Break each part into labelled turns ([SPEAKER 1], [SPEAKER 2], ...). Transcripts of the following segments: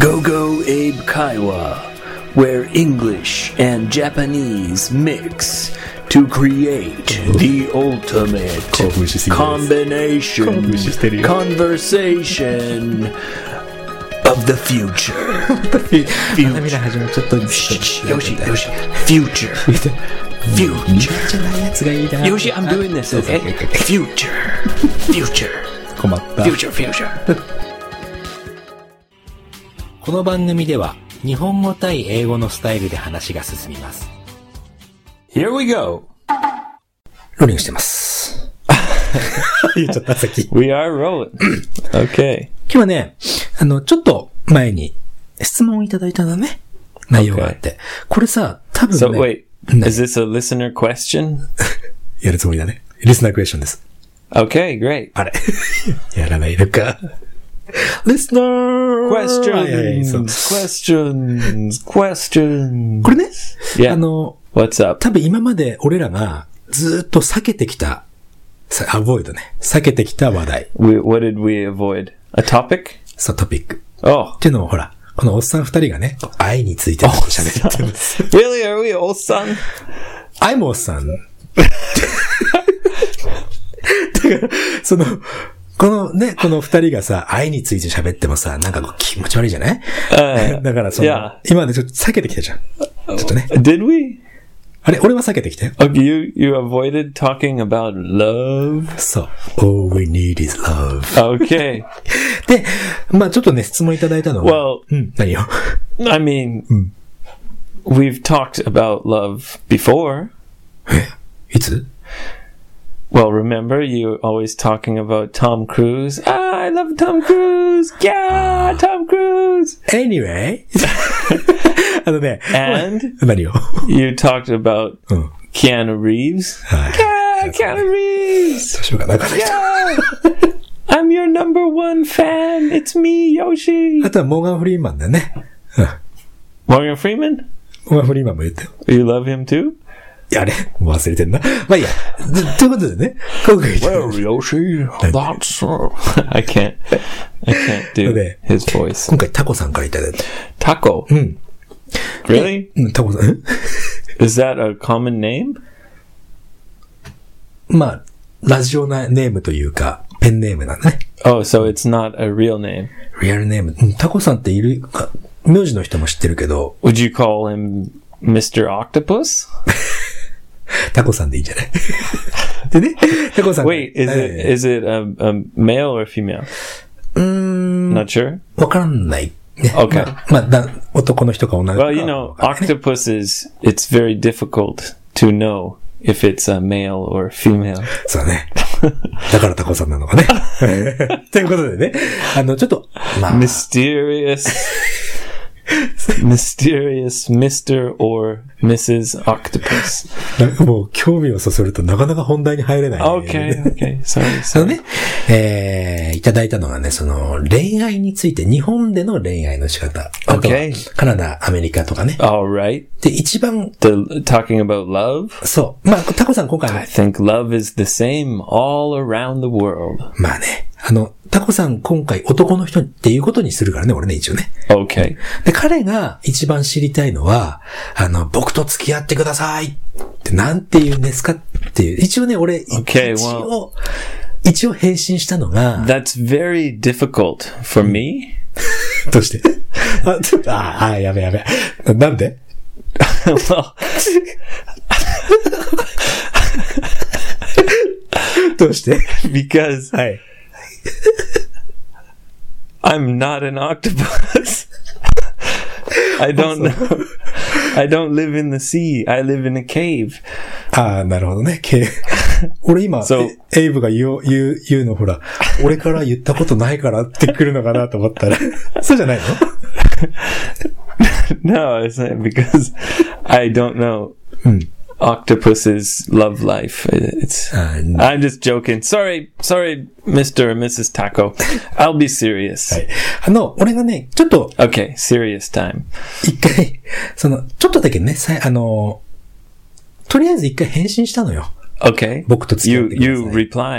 [SPEAKER 1] Go Go Abe Kaiwa, where English and Japanese mix to create the ultimate
[SPEAKER 2] 興奮しすぎです。
[SPEAKER 1] combination
[SPEAKER 2] 興奮してるよ。
[SPEAKER 1] conversation of the future.
[SPEAKER 2] 涙始まっちゃったんですけ
[SPEAKER 1] Shh,
[SPEAKER 2] ど
[SPEAKER 1] Yoshi, Yoshi, future, future.
[SPEAKER 2] じゃないやつがいいな
[SPEAKER 1] Yoshi, I'm doing this, okay? Future, future,
[SPEAKER 2] 困った
[SPEAKER 1] future, future.
[SPEAKER 2] この番組では日本語対英語のスタイルで話が進みます。
[SPEAKER 1] Here we go.
[SPEAKER 2] ローリングしてます。 言っちゃった、さっき。今
[SPEAKER 3] We are rolling. okay.
[SPEAKER 2] 日はね、あの、ちょっと前に質問をいただいたんだね。内容があって。これさ、多分
[SPEAKER 3] So
[SPEAKER 2] ね、
[SPEAKER 3] wait,
[SPEAKER 2] ね
[SPEAKER 3] is this a listener question?
[SPEAKER 2] やるつもりだね。リスナークエスチョンです。
[SPEAKER 3] Okay, great.
[SPEAKER 2] あれやらないの か。リスナー
[SPEAKER 3] Questions,
[SPEAKER 2] はいはいそう
[SPEAKER 3] questions, questions.
[SPEAKER 2] これね、
[SPEAKER 3] Yeah.
[SPEAKER 2] あの、
[SPEAKER 3] What's up?
[SPEAKER 2] 多分今まで俺らがずーっと避けてきた、さアボイドね。避けてきた話題。
[SPEAKER 3] We, what did we avoid? A topic?
[SPEAKER 2] さ、トピック。っ
[SPEAKER 3] Oh,
[SPEAKER 2] ていうのをほら、このおっさん二人がね、こう愛についてね喋ってます。
[SPEAKER 3] really? Are we all son?
[SPEAKER 2] 愛もおっさん。だから、その、このね、この二人がさ、愛について喋ってもさ、なんかこう気持ち悪いじゃない
[SPEAKER 3] Uh,
[SPEAKER 2] だからその、
[SPEAKER 3] yeah.
[SPEAKER 2] 今までちょっと避けてきたじゃん。ちょっとね。
[SPEAKER 3] Did we?
[SPEAKER 2] あれ、俺は避けてきたよ。
[SPEAKER 3] Okay, you you avoided talking about love.
[SPEAKER 2] そう。All we need is love.
[SPEAKER 3] Okay.
[SPEAKER 2] で、まあちょっとね、質問いただいたのは、
[SPEAKER 3] well,
[SPEAKER 2] うん、何よ。
[SPEAKER 3] I mean, we've talked about love before.
[SPEAKER 2] いつ
[SPEAKER 3] Well, remember you always talking about Tom Cruise. Ah, I love Tom Cruise. Yeah, Tom Cruise.
[SPEAKER 2] ?Anyway! あのね、
[SPEAKER 3] And
[SPEAKER 2] 何よ。
[SPEAKER 3] you talked about
[SPEAKER 2] うん。
[SPEAKER 3] Keanu Reeves.
[SPEAKER 2] はい。
[SPEAKER 3] Yeah, Keanu Reeves.
[SPEAKER 2] どうしようかな、この人
[SPEAKER 3] Yeah. I'm your number one fan. It's me, Yoshi.
[SPEAKER 2] あとはモーガン・フリーマンだよね。
[SPEAKER 3] Morgan Freeman.
[SPEAKER 2] モーガン・フリーマンも言ったよ。
[SPEAKER 3] You love him too.
[SPEAKER 2] いや、あれもう忘れてんな。まあいいや。とということでね、今回ちょっ
[SPEAKER 3] Yoshi, that's. I can't. I can't do
[SPEAKER 2] Okay.
[SPEAKER 3] his
[SPEAKER 2] と
[SPEAKER 3] voice.
[SPEAKER 2] 今回タコさんからいただいた。
[SPEAKER 3] Taco.
[SPEAKER 2] Mm.
[SPEAKER 3] Really?
[SPEAKER 2] うん、タコさん、ん
[SPEAKER 3] Is that a common name?
[SPEAKER 2] まあ、ラジオなネームというか、ペンネームなんだね。
[SPEAKER 3] Oh, so it's not a real name.
[SPEAKER 2] リアルネーム。うんタコさんっているか、名字の人も知ってるけど、
[SPEAKER 3] Would you call him Mr. Octopus?
[SPEAKER 2] タコさんでいいんじゃない でね、タコさんが。
[SPEAKER 3] Wait, is it
[SPEAKER 2] えー
[SPEAKER 3] is it a, a male or female?
[SPEAKER 2] うーん、
[SPEAKER 3] Not sure.
[SPEAKER 2] わからんない。ね。
[SPEAKER 3] Okay.
[SPEAKER 2] まあ、だ男の人か女の人か。
[SPEAKER 3] Well, you know,
[SPEAKER 2] わかんない
[SPEAKER 3] octopus is it's very difficult to know if it's a male or female.
[SPEAKER 2] そうだね。だからタコさんなのかね。 ということでね、あの、ちょっと、まあ、
[SPEAKER 3] Mysterious. Mysterious Mr. or Mrs. Octopus.
[SPEAKER 2] なんかもう興味をそそるとなかなか本題に入れない、
[SPEAKER 3] Okay, okay, sorry,
[SPEAKER 2] あの
[SPEAKER 3] sorry.
[SPEAKER 2] ね、えー、いただいたのがね、その、恋愛について、日本での恋愛の仕方。あとは
[SPEAKER 3] Okay.
[SPEAKER 2] カナダ、アメリカとかね。
[SPEAKER 3] All right.
[SPEAKER 2] で、一番、
[SPEAKER 3] The talking about love.
[SPEAKER 2] そう。まあ、タコさん今回も
[SPEAKER 3] I think love is the same all around the world.
[SPEAKER 2] まあね、あの、タコさん今回男の人っていうことにするからね、俺ね、一応ね。
[SPEAKER 3] Okay.
[SPEAKER 2] で、彼が一番知りたいのは、あの、僕と付き合ってくださいってなんて言うんですかっていう。一応ね、俺、
[SPEAKER 3] Okay,
[SPEAKER 2] 一応、一応返信したのが、
[SPEAKER 3] That's very difficult for me.
[SPEAKER 2] どうしてあちょっと、 ああ、やべやべ。ななんで
[SPEAKER 3] well,
[SPEAKER 2] どうして
[SPEAKER 3] because
[SPEAKER 2] はい。
[SPEAKER 3] I'm not an octopus. I don't know. I don't live in the sea. I live in a cave.
[SPEAKER 2] ああ、なるほどね。け俺今、
[SPEAKER 3] そう
[SPEAKER 2] えエイブが言おう、言う、言うのほら、俺から言ったことないからってくるのかなと思ったら、 そうじゃないの
[SPEAKER 3] No, it's not because I don't know octopus's love life. It's.
[SPEAKER 2] あー
[SPEAKER 3] I'm just joking. Sorry, sorry, Mr. and Mrs. Taco. I'll be serious.
[SPEAKER 2] はい。あの、俺がね、ちょっと、
[SPEAKER 3] Okay, serious time.
[SPEAKER 2] 一回、その、ちょっとだけね、さいあの、とりあえず一回返信したのよ。
[SPEAKER 3] Okay.
[SPEAKER 2] 僕と付き合っ
[SPEAKER 3] You
[SPEAKER 2] てください。
[SPEAKER 3] you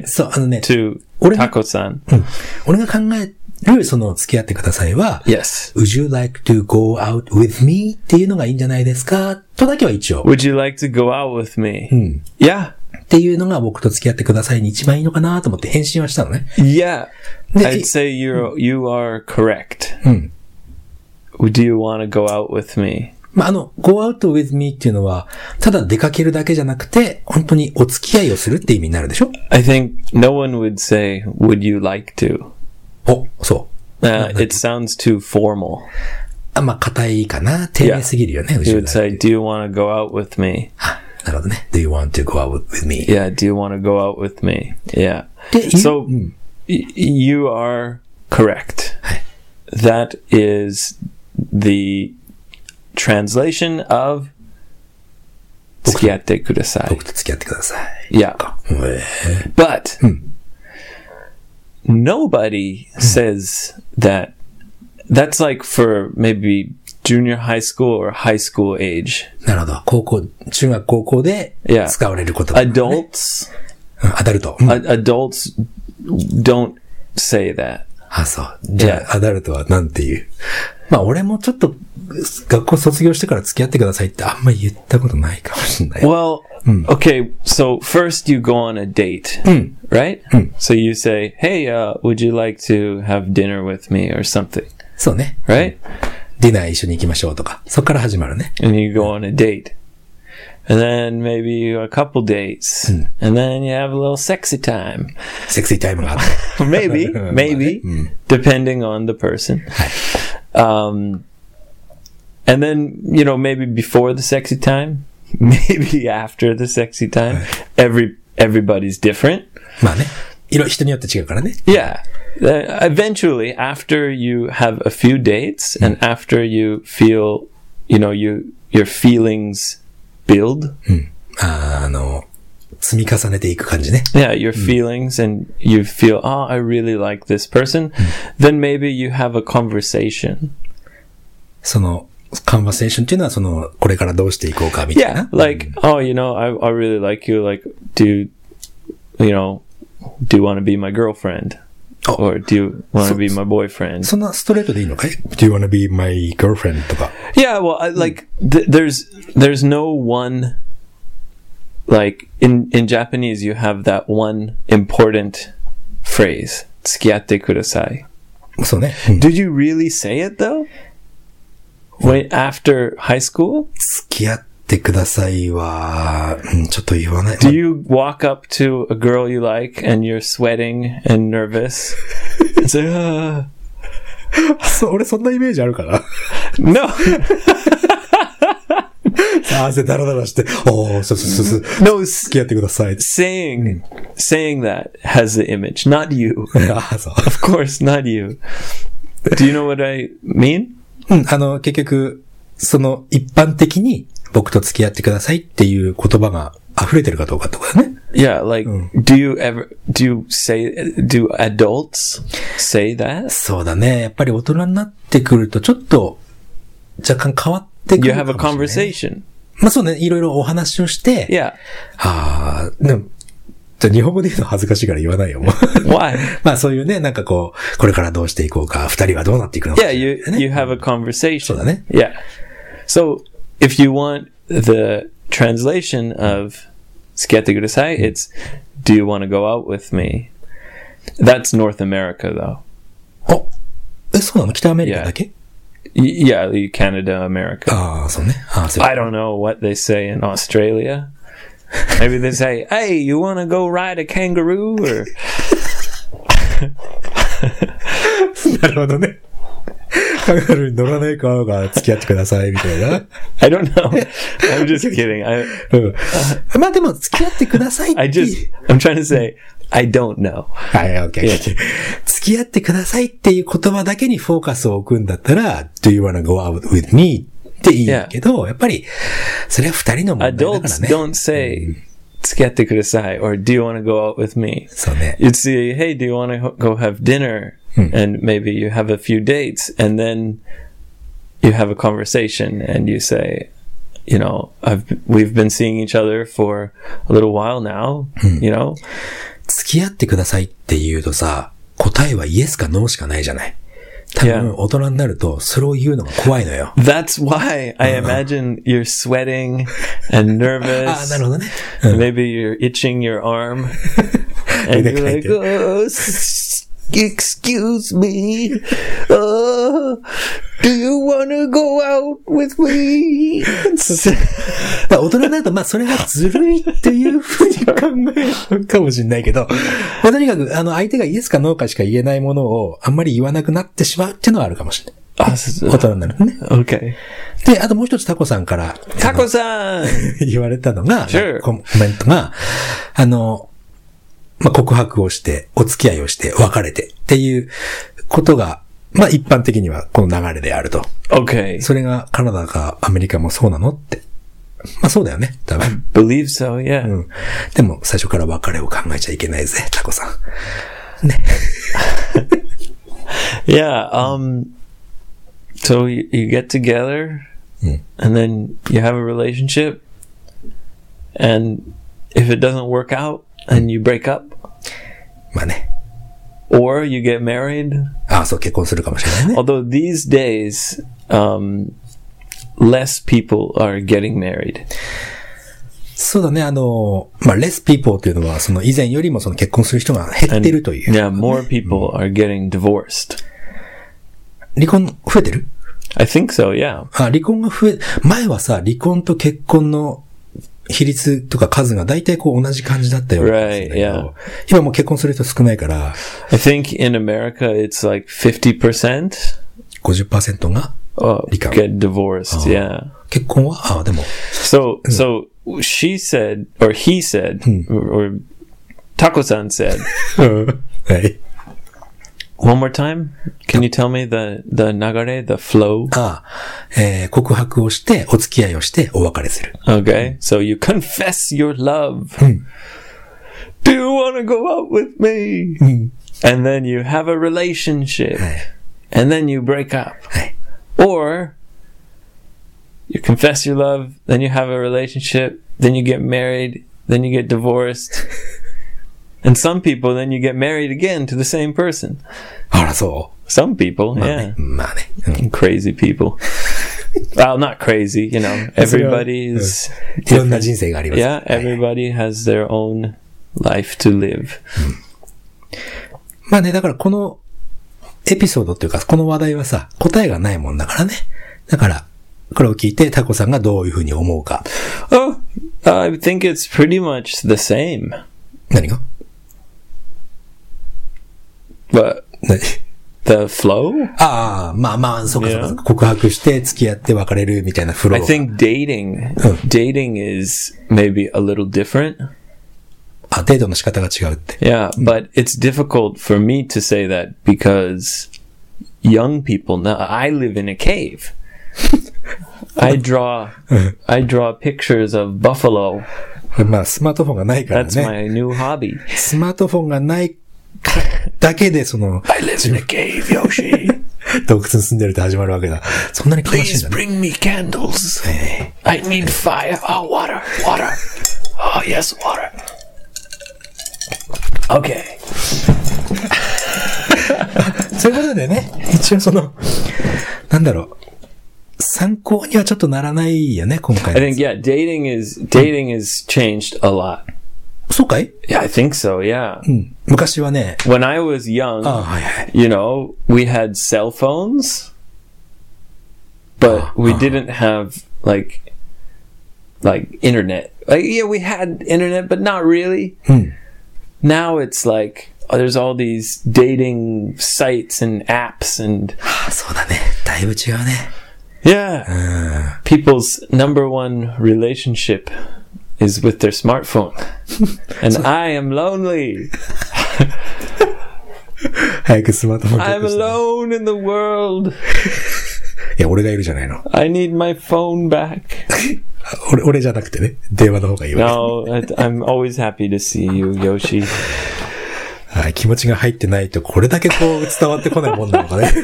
[SPEAKER 3] replied
[SPEAKER 2] そう、あのね、
[SPEAKER 3] to Hmm.
[SPEAKER 2] What do you-
[SPEAKER 3] Taco-san.
[SPEAKER 2] うん。俺が考える、その、付き合ってくださいは、
[SPEAKER 3] Yes.
[SPEAKER 2] Would you like to go out with me? っていうのがいいんじゃないですかとだけは一応。
[SPEAKER 3] Would you like to go out with me? Yeah.
[SPEAKER 2] っていうのが僕と付き合ってくださいに一番いいのかなと思って返信はしたのね。
[SPEAKER 3] Yeah.
[SPEAKER 2] The-
[SPEAKER 3] I'd say you're you are correct. Do you want to go out with me?
[SPEAKER 2] まあ、あの、go out with me っていうのは、ただ出かけるだけじゃなくて、本当にお付き合いをするって意味になるでしょ
[SPEAKER 3] I think no one would say, "Would you like to?"
[SPEAKER 2] お、そう。
[SPEAKER 3] Uh, it sounds too formal.
[SPEAKER 2] あまあ、硬いかな丁寧すぎるよね、
[SPEAKER 3] You
[SPEAKER 2] 後ろ
[SPEAKER 3] would
[SPEAKER 2] だ
[SPEAKER 3] say, "Do you want to go out with me?"
[SPEAKER 2] あ なるほどね。Do you want to go out with me?
[SPEAKER 3] Yeah. Do you want to go out with me? Yeah.
[SPEAKER 2] で、い
[SPEAKER 3] So y- you are correct. That is the translation of 付き合ってください.
[SPEAKER 2] 僕と付き合ってください。
[SPEAKER 3] Yeah.
[SPEAKER 2] うえ
[SPEAKER 3] But nobody says that. That's like for maybe junior high school or high school age.
[SPEAKER 2] なるほど。高校、中学高校で
[SPEAKER 3] Yeah.
[SPEAKER 2] 使われる言葉、
[SPEAKER 3] Adults,
[SPEAKER 2] うんアダルト。うん
[SPEAKER 3] a- adults don't say that.
[SPEAKER 2] あ、そう。じゃあ、アダルトはなんて言うまあ、俺もちょっと、学校卒業してから付き合ってくださいってあんま言ったことないかもしんない。
[SPEAKER 3] Well, okay, so first you go on a date, right? So you say, "Hey, uh, would you like to have dinner with me or something?"
[SPEAKER 2] そうね。
[SPEAKER 3] Right?
[SPEAKER 2] ディナー一緒に行きましょうとか。そっから始まるね。
[SPEAKER 3] and you go on a date. And then maybe a couple dates. And then you have a little sexy time.
[SPEAKER 2] セクシータイム があって。
[SPEAKER 3] Maybe, maybe, depending on the person. Um, and then, you know, maybe before the sexy time, maybe after the sexy time. Every everybody's different.
[SPEAKER 2] まあね。いろ、人によって違うからね。
[SPEAKER 3] Yeah. Uh, Eventually, after you have a few dates
[SPEAKER 2] Hmm.
[SPEAKER 3] and after you feel, you know, you your feelings build
[SPEAKER 2] あの、積み重ねていく感じね。
[SPEAKER 3] yeah your
[SPEAKER 2] Hmm.
[SPEAKER 3] feelings and you feel oh i really like this person
[SPEAKER 2] Hmm.
[SPEAKER 3] then maybe you have a conversation
[SPEAKER 2] その、カンバセーションっていうのは、その、これからどうしていこうかみたい
[SPEAKER 3] yeah
[SPEAKER 2] な。
[SPEAKER 3] like oh you know i, I really like you like do you you know do you want to be my girlfriend
[SPEAKER 2] Oh.
[SPEAKER 3] or do you want
[SPEAKER 2] So-
[SPEAKER 3] to be my boyfriend
[SPEAKER 2] そんなストレートでいいのかい ?Do you wanna be my girlfriend? とか。
[SPEAKER 3] yeah well I, like th- there's there's no one like in in japanese you have that one important phrase tsukiyatte kudasai
[SPEAKER 2] そうね。うん
[SPEAKER 3] Did you really say it though? Wait, after high school?
[SPEAKER 2] 付き合ってくださいは、うん、ちょっと言わない。
[SPEAKER 3] Do you walk up to a girl you like and you're sweating and nervous? and say, "Ah."
[SPEAKER 2] そう俺そんなイメージあるから
[SPEAKER 3] no,
[SPEAKER 2] 汗だらだらして、おー、そうそうそうそう、
[SPEAKER 3] no, s-
[SPEAKER 2] 付き合ってください。
[SPEAKER 3] saying, saying that has the image, not you.
[SPEAKER 2] ああ、そう。
[SPEAKER 3] Of course, not you. Do you know what I mean?
[SPEAKER 2] うん、あの、結局、その、一般的に、僕と付き合ってくださいっていう言葉が溢れてるかどうかってことだね。
[SPEAKER 3] Yeah, like, do you ever, do you say, do adults say that?
[SPEAKER 2] そうだね。やっぱり大人になってくると、ちょっと、若干変わってく
[SPEAKER 3] You
[SPEAKER 2] るか
[SPEAKER 3] have a
[SPEAKER 2] もしれない。
[SPEAKER 3] conversation.
[SPEAKER 2] まあそうね、いろいろお話をして、
[SPEAKER 3] Yeah.
[SPEAKER 2] ああ、でも、じゃあ日本語で言うの恥ずかしいから言わないよ、もう。
[SPEAKER 3] Why?
[SPEAKER 2] まあそういうね、なんかこう、これからどうしていこうか、二人はどうなっていくのか。
[SPEAKER 3] yeah you
[SPEAKER 2] eh?
[SPEAKER 3] you have a
[SPEAKER 2] そうだね。
[SPEAKER 3] conversation yeah so if you want the translation of "つき合ってください," it's do you want to go out with me that's north america though
[SPEAKER 2] おえ、そうなの北アメリカだけ
[SPEAKER 3] Y- yeah you- canada america
[SPEAKER 2] ああ、そうね。ああ、そう。
[SPEAKER 3] i don't know what they say in australia maybe they say hey you want to go ride a kangaroo or
[SPEAKER 2] なるほどね。カンガルーに乗らないかが付き合ってください、みたい な。
[SPEAKER 3] i don't know i'm just kidding i
[SPEAKER 2] うん。まあでも、付き合ってくださいって。
[SPEAKER 3] i just i'm trying to say i don't know
[SPEAKER 2] はい、オッケー。付き合ってくださいっていう言葉だけにフォーカスを置くんだったら、do you wanna go out with me? っていいけど、やっぱり、それは二人の問題だか
[SPEAKER 3] adults
[SPEAKER 2] らね。
[SPEAKER 3] don't say "つき合ってください" or do you want to go out with me
[SPEAKER 2] そうね。
[SPEAKER 3] you'd say hey do you want to go have dinner
[SPEAKER 2] Hmm.
[SPEAKER 3] and maybe you have a few dates and then you have a conversation and you say you know i've we've been seeing each other
[SPEAKER 2] Hmm.
[SPEAKER 3] for a little while now you know
[SPEAKER 2] 付き合ってくださいって言うとさ、答えはイエスかノーしかないじゃない。多分、大人になると、それを言うのが怖いのよ。
[SPEAKER 3] That's
[SPEAKER 2] Uh-huh.
[SPEAKER 3] why I imagine you're sweating and
[SPEAKER 2] ああ、
[SPEAKER 3] nervous.
[SPEAKER 2] なるほどね。
[SPEAKER 3] Maybe you're itching your arm. and
[SPEAKER 2] Uh-huh. Like
[SPEAKER 3] you're
[SPEAKER 2] I
[SPEAKER 3] like,
[SPEAKER 2] do.
[SPEAKER 3] oh, s- excuse me. Oh, do you want to go out with me?
[SPEAKER 2] だから大人になると、まあ、それがずるいっていうふうに考えるかもしれないけど、まあ、とにかく、あの、相手がイエスかノーかしか言えないものを、あんまり言わなくなってしまうっていうのはあるかもしれない。
[SPEAKER 3] Ah, s-
[SPEAKER 2] 大人になるとね。
[SPEAKER 3] okay.
[SPEAKER 2] で、あともう一つタコさんから、
[SPEAKER 3] Taco-san!
[SPEAKER 2] 言われたのが、
[SPEAKER 3] Sure.
[SPEAKER 2] コメントが、あの、まあ、告白をして、お付き合いをして、別れてっていうことが、まあ、一般的にはこの流れであると。
[SPEAKER 3] Okay.
[SPEAKER 2] それがカナダかアメリカもそうなのって。まあ、そうだよね、多分。
[SPEAKER 3] Believe so, yeah.
[SPEAKER 2] うん。でも、最初から別れを考えちゃいけないぜ、タコさん。
[SPEAKER 3] Yeah. Um. So you, you get together,
[SPEAKER 2] Mm.
[SPEAKER 3] and then you have a relationship, and if it doesn't work out, then you break up,
[SPEAKER 2] まあね。
[SPEAKER 3] or you get married.
[SPEAKER 2] ああ、そう、結婚するかもしれないね。
[SPEAKER 3] Although these days, um, less people are getting married.
[SPEAKER 2] そうだね、あの、まあ、less people というのは、その以前よりもその結婚する人が減っ
[SPEAKER 3] And,
[SPEAKER 2] てるという。
[SPEAKER 3] yeah, more people are getting divorced.
[SPEAKER 2] 離婚増えてる
[SPEAKER 3] I think so. Yeah.
[SPEAKER 2] あ、離婚が増え、前はさ、離婚と結婚の比率とか数が大体こう同じ感じだったような気がするんだけど
[SPEAKER 3] Right, yeah.
[SPEAKER 2] 今もう結婚する人少ないから、
[SPEAKER 3] I think in America it's like fifty percent
[SPEAKER 2] 50%が
[SPEAKER 3] uh,
[SPEAKER 2] Become.
[SPEAKER 3] get divorced. Yeah.
[SPEAKER 2] 結婚は、あ、でも、
[SPEAKER 3] So so she said, or he said, or, or Taco-san said.
[SPEAKER 2] はい。
[SPEAKER 3] One more time, can you tell me the the nagare, the flow?
[SPEAKER 2] あえー告白をして、お付き合いをして、お別れする。
[SPEAKER 3] Okay, so you confess your love. Do you want to go out with me? And then you have a relationship,
[SPEAKER 2] Hey.
[SPEAKER 3] and then you break up,
[SPEAKER 2] Hey.
[SPEAKER 3] or you confess your love, then you have a relationship, then you get married, then you get divorced. And some people, then you get married again to the same person.
[SPEAKER 2] あら、そ
[SPEAKER 3] Some people,
[SPEAKER 2] う。まあ
[SPEAKER 3] yeah.
[SPEAKER 2] ね。まあね。うん
[SPEAKER 3] Crazy people. well, not crazy, you know. Everybody's.
[SPEAKER 2] いろんな人生があります。
[SPEAKER 3] Yeah,
[SPEAKER 2] はい
[SPEAKER 3] everybody has their own life to live.
[SPEAKER 2] まあね、だからこのエピソードっていうか、この話題はさ、答えがないもんだからね。だから、これを聞いてタコさんがどういうふうに思うか。
[SPEAKER 3] Oh, I think it's pretty much the same.
[SPEAKER 2] 何が
[SPEAKER 3] But
[SPEAKER 2] 何
[SPEAKER 3] the flow?
[SPEAKER 2] ああ、まあまあ、そうかそうか
[SPEAKER 3] Yeah.
[SPEAKER 2] 告白して付き合って別れるみたいなフロー
[SPEAKER 3] I
[SPEAKER 2] が。
[SPEAKER 3] think dating, dating is maybe a little different.
[SPEAKER 2] あ、デートの仕方が違うって。
[SPEAKER 3] Yeah, but it's difficult for me to say that because young people now I live in a cave. I draw I draw pictures of buffalo.
[SPEAKER 2] まあ、スマートフォンがないから
[SPEAKER 3] That's
[SPEAKER 2] ね。
[SPEAKER 3] my new hobby.
[SPEAKER 2] スマートフォンがないだけで、そ の、
[SPEAKER 1] I live in a cave, Yoshi.
[SPEAKER 2] 洞窟に住んでると始まるわけだ。そんなに悲しいん
[SPEAKER 1] Please
[SPEAKER 2] だね。
[SPEAKER 1] bring me candles. I need fire. Oh, water, water. Oh, yes, water. Okay.
[SPEAKER 2] そういうことでね、一応その、なんだろう。参考にはちょっとならないよね、今回
[SPEAKER 3] I
[SPEAKER 2] のやつ。
[SPEAKER 3] think yeah, dating is dating is changed a lot.
[SPEAKER 2] そうかい
[SPEAKER 3] Yeah, I think so, yeah.
[SPEAKER 2] うん。昔はね、
[SPEAKER 3] When I was young,
[SPEAKER 2] ああ、はいはい。
[SPEAKER 3] you know, we had cell phones, but we didn't have like like internet. Like yeah, we had internet, but not really. Now it's like oh, there's all these dating sites and apps and
[SPEAKER 2] ああ、そうだね。だいぶ違うね。
[SPEAKER 3] yeah, people's number one relationship is with their smartphone. And I am lonely.
[SPEAKER 2] 早くスマートフォン
[SPEAKER 3] I'm
[SPEAKER 2] 消して
[SPEAKER 3] alone in the world.
[SPEAKER 2] いや、俺がいるじゃないの。
[SPEAKER 3] I need my phone back.
[SPEAKER 2] 俺、俺じゃなくてね、電話の方がいいわけ。
[SPEAKER 3] No, I- I'm always happy to see you, Yoshi.
[SPEAKER 2] はい、気持ちが入ってないと、これだけこう、伝わってこないもんなのかね。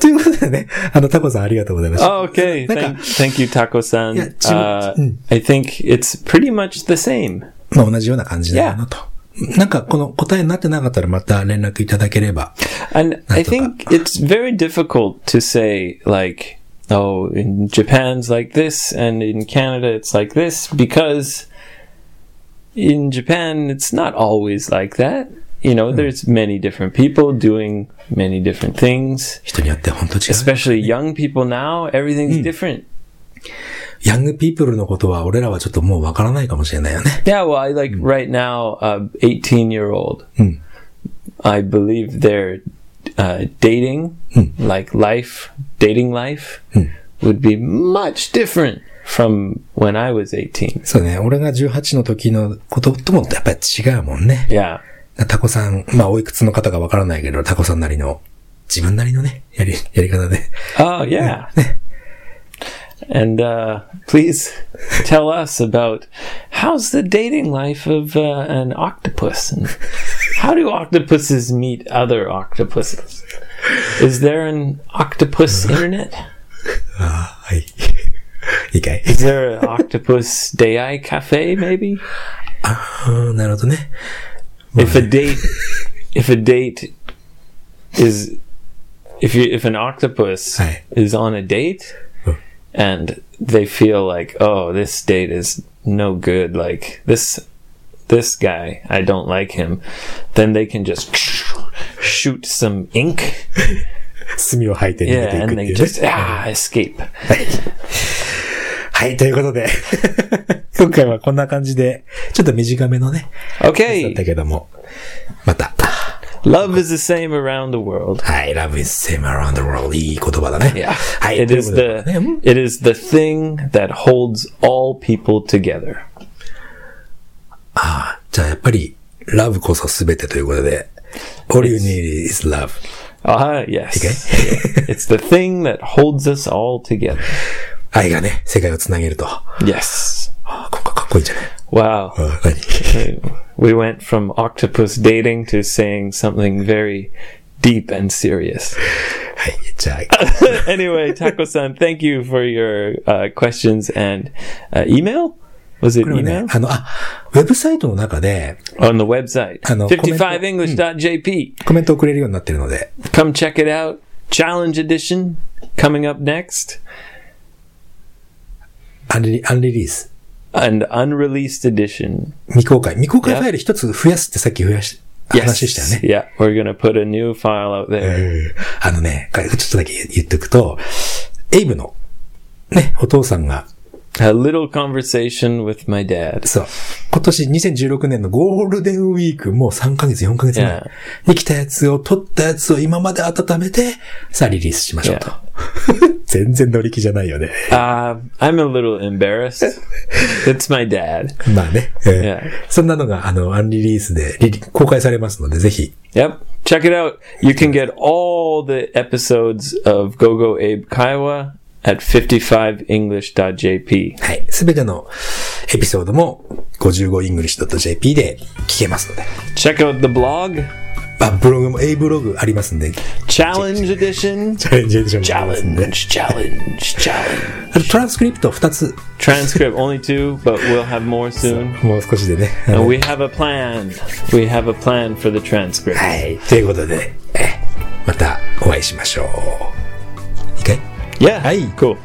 [SPEAKER 2] ということでね、あの、タコさんありがとうございました。
[SPEAKER 3] Oh, okay, thank, thank you, Taco-san.
[SPEAKER 2] Yeah, 自分-
[SPEAKER 3] Uh, I think it's pretty much the same.
[SPEAKER 2] まあ、同じような感じだなと。なんかこの答えになってなかったらまた連絡いただければ。
[SPEAKER 3] And I think it's very difficult to say, like, oh, in Japan's like this, and in Canada it's like this, because in Japan it's not always like that. You know, there's many different people doing many different things.
[SPEAKER 2] 人によって本当違う。
[SPEAKER 3] Especially young people now, everything's different.
[SPEAKER 2] ヤングピープルのことは俺らはちょっともうわからないかもしれないよね。
[SPEAKER 3] Yeah, well, I like right now, uh, 18 year old.
[SPEAKER 2] Mm.
[SPEAKER 3] I believe they're uh, dating, like life, dating life would be much different from when I was 18.
[SPEAKER 2] そうね。俺が18の時のことともやっぱり違うもんね。
[SPEAKER 3] Yeah.
[SPEAKER 2] タコさん、まあおいくつの方かわからないけど、タコさんなりの、自分なりのね、やり、 やり方で。
[SPEAKER 3] Oh, yeah. And uh, please tell us about how's the dating life of uh, an octopus, and how do octopuses meet other octopuses? Is there an octopus internet?
[SPEAKER 2] はい。いいかい
[SPEAKER 3] Is there an octopus day cafe? Maybe
[SPEAKER 2] あーなるほどね。
[SPEAKER 3] if a date, if a date is, if you if an octopus
[SPEAKER 2] Hi.
[SPEAKER 3] is on a date,
[SPEAKER 2] Hmm.
[SPEAKER 3] and they feel like, oh, this date is no good. Like this, this guy, I don't like him. Then they can just shoot some ink,
[SPEAKER 2] 墨を吐いて逃
[SPEAKER 3] yeah,
[SPEAKER 2] げていくってい
[SPEAKER 3] and they
[SPEAKER 2] う、ね。
[SPEAKER 3] just ah escape.
[SPEAKER 2] はい、という ことで。今回はこんな感じで、ちょっと短めのね、だっ
[SPEAKER 3] Okay,
[SPEAKER 2] たけども。また。
[SPEAKER 3] love is the same around the world.
[SPEAKER 2] はい、Love is same around the world. いい言葉だね。
[SPEAKER 3] Yeah.
[SPEAKER 2] はい、
[SPEAKER 3] it
[SPEAKER 2] という
[SPEAKER 3] is
[SPEAKER 2] ことで
[SPEAKER 3] the
[SPEAKER 2] ねうん
[SPEAKER 3] it is the thing that holds all people together.
[SPEAKER 2] じゃあやっぱり、Love こそ全てということで、All you need is love.
[SPEAKER 3] Ah, yes. it's the thing that holds us all together.
[SPEAKER 2] 愛がね、世界をつなげると。あ
[SPEAKER 3] Yes.
[SPEAKER 2] ーここかっこいいんじゃない
[SPEAKER 3] Wow.
[SPEAKER 2] あー何
[SPEAKER 3] We went from octopus dating to saying something very deep and serious.
[SPEAKER 2] はい、じゃあ、
[SPEAKER 3] anyway, Taco-san, thank you for your uh, questions and uh, email. Was it
[SPEAKER 2] でもね
[SPEAKER 3] email
[SPEAKER 2] あの、あ、ウェブサイトの中で
[SPEAKER 3] on the website?
[SPEAKER 2] あの、
[SPEAKER 3] 55english.jp.
[SPEAKER 2] コメントをくれるようになってるので、
[SPEAKER 3] Come check it out. Challenge edition coming up next.
[SPEAKER 2] アンリアンリリース。
[SPEAKER 3] An unreleased edition.
[SPEAKER 2] 未公開。未公開ファイル一つ増やすってさっき増やし、話したよね。
[SPEAKER 3] Yeah, we're gonna put a new file out there.
[SPEAKER 2] うんあのね、かちょっとだけ言っておくと、エイブの、ね、お父さんが、
[SPEAKER 3] A little conversation with my dad.
[SPEAKER 2] そう、今年2016年のゴールデンウィーク、もう3ヶ月、4ヶ月前に来たやつを、撮ったやつを今まで温めて、さあリリースしましょうと。 全然乗り気じゃないよね。
[SPEAKER 3] Uh, I'm a little embarrassed. it's my dad.
[SPEAKER 2] まあね。うん
[SPEAKER 3] Yeah.
[SPEAKER 2] そんなのが、あの、アンリリースでリリ公開されますので、ぜひ。
[SPEAKER 3] Yep, check it out. You can get all the episodes of Gogo Abe Kaiwa at 55english.jp.
[SPEAKER 2] はい。すべてのエピソードも 55english.jp で聞けますので。
[SPEAKER 3] Check out the blog,
[SPEAKER 2] あ、ブログも、A ブログありますんで、
[SPEAKER 3] Challenge edition.
[SPEAKER 2] チャレンジエディションもありますんで
[SPEAKER 3] Challenge, challenge, challenge.
[SPEAKER 2] あとトランスクリプト2つ、
[SPEAKER 3] Transcript only two, but we'll have more soon.
[SPEAKER 2] もう少しでね。あの
[SPEAKER 3] And we have a plan. We have a plan for the transcript.
[SPEAKER 2] はい。ということで、えまたお会いしましょう。いいかい
[SPEAKER 3] Yeah.
[SPEAKER 2] Hey.
[SPEAKER 3] Cool.